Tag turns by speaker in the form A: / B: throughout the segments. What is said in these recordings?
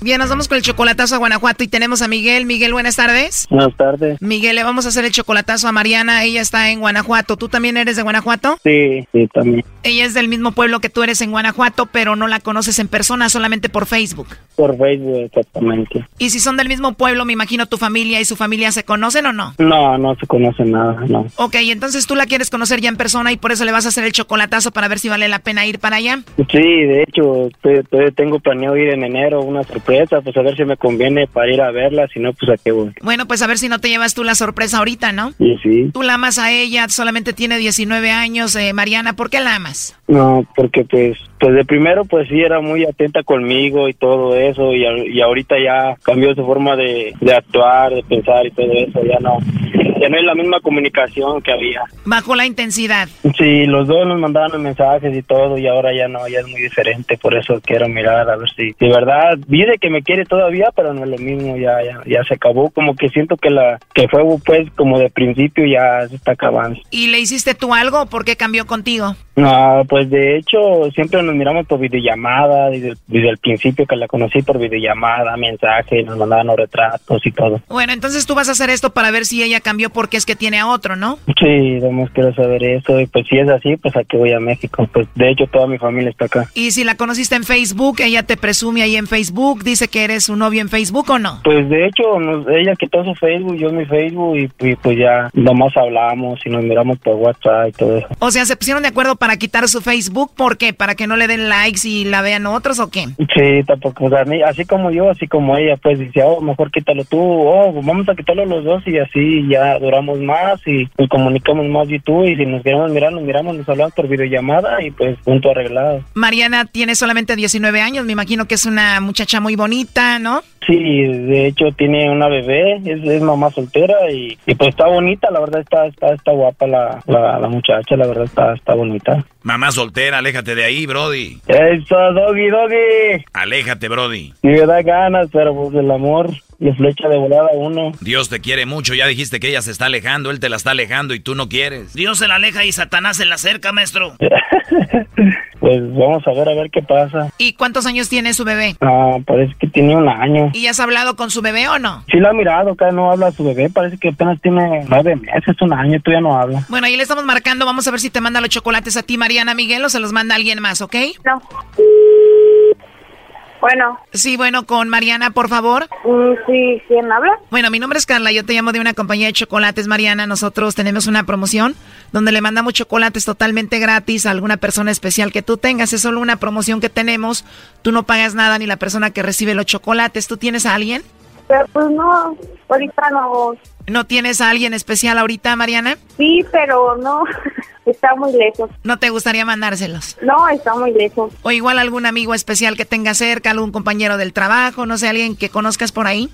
A: Bien, nos vamos con el chocolatazo a Guanajuato y tenemos a Miguel. Miguel, buenas tardes.
B: Buenas tardes.
A: Miguel, le vamos a hacer el chocolatazo a Mariana. Ella está en Guanajuato. ¿Tú también eres de Guanajuato?
B: Sí, sí, también.
A: Ella es del mismo pueblo que tú eres en Guanajuato, pero no la conoces en persona, solamente por Facebook.
B: Por Facebook, exactamente.
A: Y si son del mismo pueblo, me imagino tu familia y su familia se conocen o no.
B: No, no se conoce nada, no.
A: Ok, entonces tú la quieres conocer ya en persona y por eso le vas a hacer el chocolatazo para ver si vale la pena ir para allá.
B: Sí, de hecho, estoy- estoy- tengo planeado ir en enero, una sorpresa, pues a ver si me conviene para ir a verla, si no, pues a qué voy.
A: Bueno, pues a ver si no te llevas tú la sorpresa ahorita, ¿no?
B: Y sí,
A: Tú la amas a ella, solamente tiene 19 años. eh, Mariana, ¿por qué la amas?
B: no, porque pues, pues de primero pues sí era muy atenta conmigo y todo eso, y, a- y ahorita ya cambió su forma de, de actuar, de pensar y todo eso, ya no, ya no es la misma comunicación que había.
A: Bajo la intensidad.
B: Sí, los dos nos mandaban mensajes y todo, y ahora ya no, ya es muy diferente. Por eso quiero mirar a ver si de verdad dice que me quiere todavía, pero no es lo mismo, ya, ya, ya se acabó. Como que siento que la que fue pues como de principio ya se está acabando.
A: ¿Y le hiciste tú algo? ¿Por qué cambió contigo?
B: No, pues de hecho siempre nos miramos por videollamada desde, desde el principio que la conocí por videollamada, mensajes, nos mandaban los retratos y todo.
A: Bueno, entonces tú vas a hacer esto para ver si ella cambió porque es que tiene a otro, ¿no?
B: Sí, vamos, quiero saber eso. Y pues si es así, pues aquí voy a México. Pues de hecho toda mi familia está acá.
A: Y si la conociste en Facebook, ella te presume ahí en Facebook, dice que eres su novio en Facebook o no.
B: Pues de hecho, nos- ella quitó su Facebook, yo mi Facebook, y, y pues ya nomás hablamos y nos miramos por WhatsApp y todo eso.
A: O sea, se pusieron de acuerdo para quitar su Facebook, ¿por qué? ¿Para que no le den likes y la vean otros o qué?
B: Sí, tampoco, o sea, ni- así como yo, así como ella, pues dice, oh, mejor quítalo tú, oh, pues, vamos a quitarlo los dos y así ya duramos más y, y comunicamos más y tú, y si nos queremos mirar, nos miramos, nos hablamos por videollamada y pues punto arreglado.
A: Mariana tiene solamente 19 años, me imagino que es una muchacha muy bonita, ¿no?
B: Sí, de hecho tiene una bebé, es, es mamá soltera y, y, pues está bonita, la verdad está está, está guapa la, la, la muchacha, la verdad está, está bonita.
C: Mamá soltera, aléjate de ahí, Brody.
B: Eso, doggy, doggy.
C: Aléjate, Brody.
B: Sí, me da ganas, pero pues el amor le flecha de volada a uno.
C: Dios te quiere mucho, ya dijiste que ella se está alejando, él te la está alejando y tú no quieres.
D: Dios se la aleja y Satanás se la acerca, maestro.
B: Pues vamos a ver, a ver qué pasa.
A: ¿Y cuántos años tiene su bebé?
B: Ah, parece que tiene un año.
A: ¿Y has hablado con su bebé o no?
B: Sí la ha mirado, acá no habla su bebé, parece que apenas tiene nueve meses, un año, todavía no habla.
A: Bueno, ahí le estamos marcando, vamos a ver si te manda los chocolates a ti, Mariana Miguel, o se los manda alguien más, ¿ok?
E: No. Bueno,
A: Sí, bueno, con Mariana, por favor.
E: mm, sí, ¿quién habla?
A: Bueno, mi nombre es Carla, yo te llamo de una compañía de chocolates, Mariana. Nosotros tenemos una promoción donde le mandamos chocolates totalmente gratis a alguna persona especial que tú tengas. Es solo una promoción que tenemos. Tú no pagas nada ni la persona que recibe los chocolates. ¿Tú tienes a alguien?
E: Pero pues no, ahorita no.
A: ¿No tienes a alguien especial ahorita, Mariana?
E: Sí, pero no, está muy lejos.
A: ¿No te gustaría mandárselos?
E: No, está muy lejos.
A: O igual algún amigo especial que tengas cerca, algún compañero del trabajo, no sé, alguien que conozcas por ahí.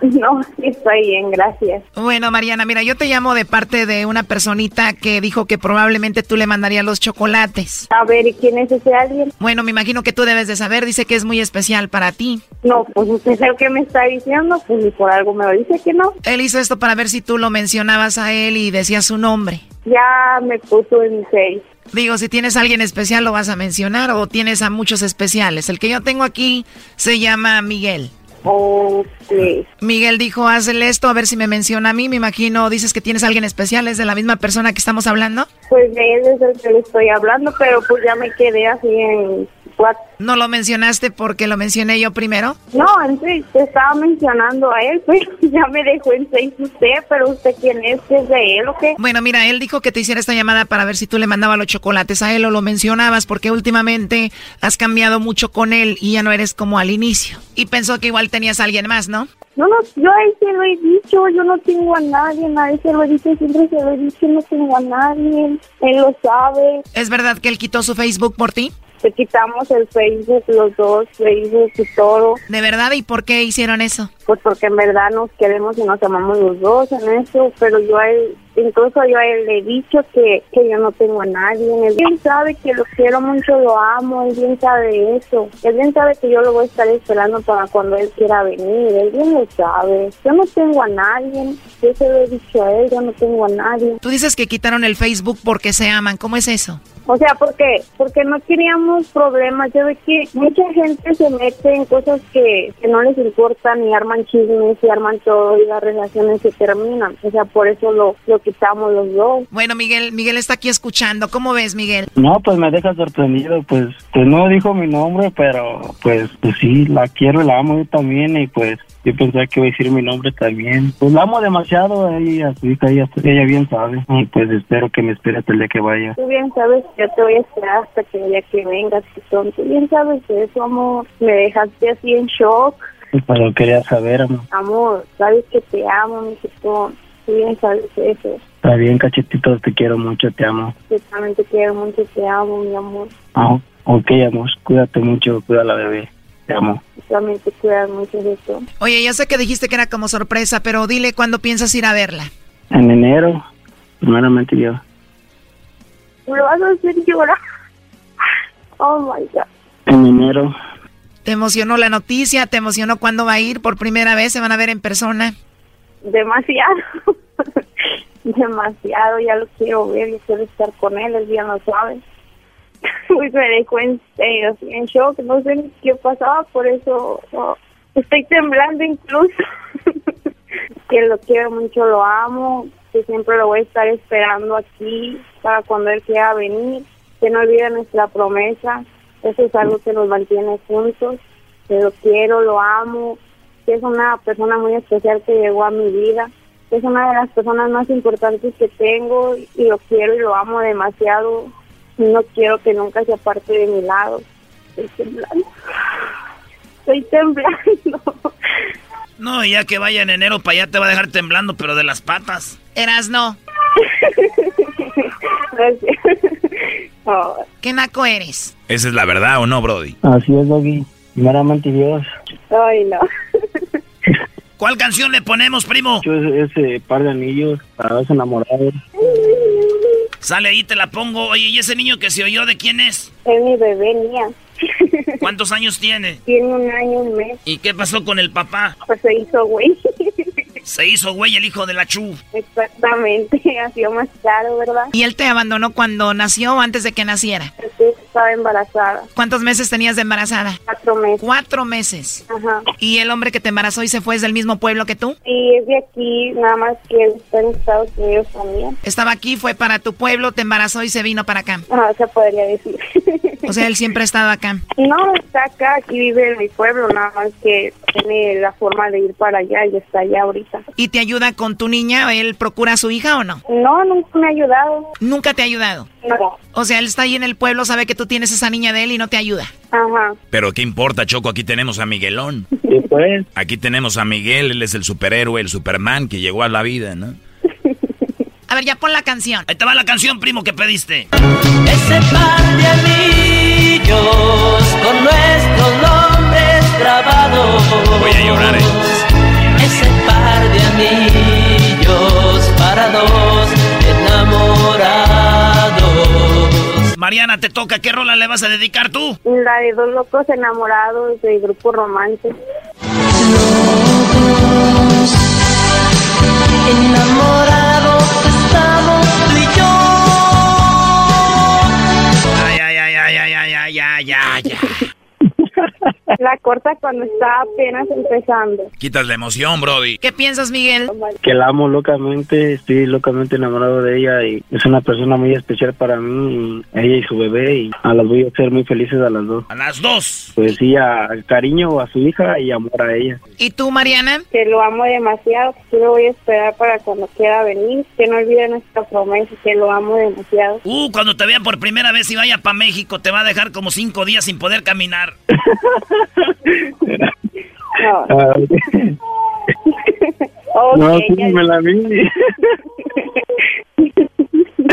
E: No, sí estoy bien, gracias.
A: Bueno, Mariana, mira, yo te llamo de parte de una personita que dijo que probablemente tú le mandarías los chocolates.
E: A ver, ¿y quién es ese alguien?
A: Bueno, me imagino que tú debes de saber, dice que es muy especial para ti.
E: No, pues usted sabe qué me está diciendo, pues si por algo me lo dice que no.
A: Él hizo esto para ver si tú lo mencionabas a él y decías su nombre.
E: Ya me puso en seis.
A: Digo, si tienes a alguien especial lo vas a mencionar o tienes a muchos especiales. El que yo tengo aquí se llama Miguel.
E: Ok.
A: Miguel dijo, hazle esto, a ver si me menciona a mí. Me imagino, dices que tienes a alguien especial, es de la misma persona que estamos hablando.
E: Pues de él es el que le estoy hablando, pero pues ya me quedé así en WhatsApp.
A: No lo mencionaste porque lo mencioné yo primero.
E: No, en sí, te estaba mencionando a él, pero ya me dejó en seis usted, pero usted quién es, ¿Qué es de él o qué?
A: Bueno, mira, él dijo que te hiciera esta llamada para ver si tú le mandabas los chocolates a él o lo mencionabas porque últimamente has cambiado mucho con él y ya no eres como al inicio. Y pensó que igual tenías a alguien más, ¿no?
E: No, no, yo a él se lo he dicho, yo no tengo a nadie, a él se lo he dicho, siempre se lo he dicho, no tengo a nadie, él lo sabe.
A: ¿Es verdad que él quitó su Facebook por ti?
E: Te quitamos el Facebook, los dos, Facebook y todo,
A: ¿De verdad? ¿Y por qué hicieron eso?
E: pues porque en verdad nos queremos y nos amamos los dos en eso, pero yo a él, incluso yo a él le he dicho que, que yo no tengo a nadie, él bien sabe que lo quiero mucho, lo amo, él bien sabe eso, él bien sabe que yo lo voy a estar esperando para cuando él quiera venir, él bien lo sabe, yo no tengo a nadie, yo se lo he dicho a él, yo no tengo a nadie.
A: Tú dices que quitaron el Facebook porque se aman. ¿Cómo es eso?
E: O sea, porque porque no queríamos problemas. Yo ve que mucha gente se mete en cosas que, que no les importan y arman chismes y arman todo y las relaciones se terminan. O sea, por eso lo, lo quitamos los dos.
A: Bueno, Miguel, Miguel está aquí escuchando. ¿Cómo ves, Miguel?
B: No, pues me deja sorprendido, pues, pues no dijo mi nombre, pero pues, pues sí, la quiero, y la amo yo también y pues yo pensaba que iba a decir mi nombre también. Pues la amo demasiado, ella, su hija, ella, ella bien sabe y pues espero que me espere hasta el día que vaya.
E: Tú bien sabes que yo te voy a esperar hasta que el día que vengas, pistón. Tú bien sabes de eso, amor. Me dejaste así en shock.
B: Pero Pues, quería saber, amor.
E: Amor, sabes que te amo, mi pistón. Tú bien sabes de eso.
B: Está bien, cachetito, te quiero mucho, te amo.
E: Yo también te quiero mucho, te amo, mi amor.
B: Ah, ok, amor, cuídate mucho, cuida a la bebé. Te amo.
E: Yo también te quiero mucho, eso.
A: Oye, yo sé que dijiste que era como sorpresa, pero dile cuándo piensas ir a verla.
B: En enero, primeramente yo.
E: Me vas a hacer llorar. Oh, my God.
B: En enero,
A: ¿Te emocionó la noticia? ¿Te emocionó cuándo va a ir por primera vez? ¿Se van a ver en persona?
E: demasiado, demasiado, ya lo quiero ver, yo quiero estar con él, él ya no sabe. Pues me dejó en, eh, así en shock, no sé ni qué pasaba, por eso oh, estoy temblando incluso. que lo quiero mucho, lo amo, que siempre lo voy a estar esperando aquí para cuando él quiera venir, que no olvide nuestra promesa, eso es algo que nos mantiene juntos, que lo quiero, lo amo, que es una persona muy especial que llegó a mi vida, que es una de las personas más importantes que tengo y lo quiero y lo amo demasiado. No quiero que nunca se aparte de mi lado. Estoy temblando. Estoy temblando.
D: No, ya que vaya en enero para allá te va a dejar temblando, pero de las patas.
A: Eras no.
E: Gracias. Oh,
A: ¿Qué naco eres?
C: Esa es la verdad o no, Brody.
B: así es, Doggy. Primeramente Dios.
E: ay, no.
D: ¿Cuál canción le ponemos, primo?
B: Yo ese par de anillos para dos enamorados.
D: Sale ahí, te la pongo. Oye, ¿y ese niño que se oyó de quién es?
E: Es mi bebé, mía.
D: ¿Cuántos años tiene?
E: Tiene un año, un mes,
D: ¿Y qué pasó con el papá?
E: pues se hizo güey.
D: Se hizo güey el hijo de la Chu.
E: Exactamente, ha sido más caro, ¿verdad?
A: ¿Y él te abandonó cuando nació o antes de que naciera?
E: Porque estaba embarazada,
A: ¿Cuántos meses tenías de embarazada?
E: cuatro meses.
A: Cuatro meses.
E: Ajá.
A: ¿Y el hombre que te embarazó y se fue es del mismo pueblo que tú?
E: Y es de aquí, nada más que él está en Estados Unidos también.
A: Estaba aquí, fue para tu pueblo, te embarazó y se vino para acá.
E: Ah, se podría decir.
A: O sea, él siempre ha estado acá.
E: no, está acá, aquí vive en mi pueblo, nada más que tiene la forma de ir para allá y está allá ahorita.
A: ¿Y te ayuda con tu niña? ¿Él procura a su hija o no?
E: No, nunca me ha ayudado.
A: Nunca te ha ayudado.
E: No.
A: O sea, él está ahí en el pueblo, sabe que tú tienes esa niña de él y no te ayuda.
E: Ajá.
C: Pero qué importa, Choco, aquí tenemos a Miguelón.
B: Después,
C: Aquí tenemos a Miguel, él es el superhéroe, el Superman que llegó a la vida, ¿no?
A: A ver, ya pon la canción.
D: Ahí te va la canción, primo, que pediste.
F: Ese par de anillos con nuestros nombres grabados.
C: Voy a llorar, eh.
F: Ese
D: Mariana, te toca. ¿Qué rola le vas a dedicar tú?
E: La de dos locos enamorados del grupo romance.
F: Enamorados estamos tú y yo.
D: Ay, ay, ay, ay, ay, ay, ay, ay, ay, ay.
E: La corta cuando está apenas empezando.
C: Quitas la emoción, Brody.
A: ¿Qué piensas, Miguel?
B: que la amo locamente, estoy locamente enamorado de ella y es una persona muy especial para mí, y ella y su bebé, y a las voy a hacer muy felices a las dos.
D: A las dos.
B: Pues sí, a, a cariño a su hija y amor a ella.
A: ¿Y tú, Mariana?
E: Que lo amo demasiado, que yo lo voy a esperar para cuando quiera venir, que no olvide nuestra promesa, que lo amo demasiado.
D: Uh, cuando te vean por primera vez y vaya para México, te va a dejar como cinco días sin poder caminar.
E: No.
B: Ah,
E: Ok,
B: no, sí,
E: ya-
B: me la vi.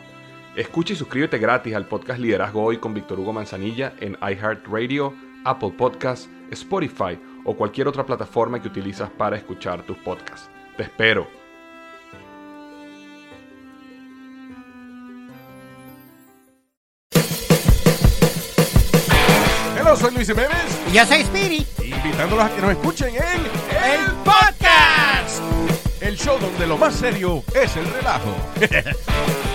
G: Escucha y suscríbete gratis al podcast Liderazgo Hoy con Víctor Hugo Manzanilla en iHeartRadio, Apple Podcasts, Spotify o cualquier otra plataforma que utilizas para escuchar tus podcasts. Te espero.
H: Hello, soy Luis Jiménez.
I: Y yo soy Spirit.
H: Invitándolos a que nos escuchen en El Podcast. El show donde lo más serio es el relajo.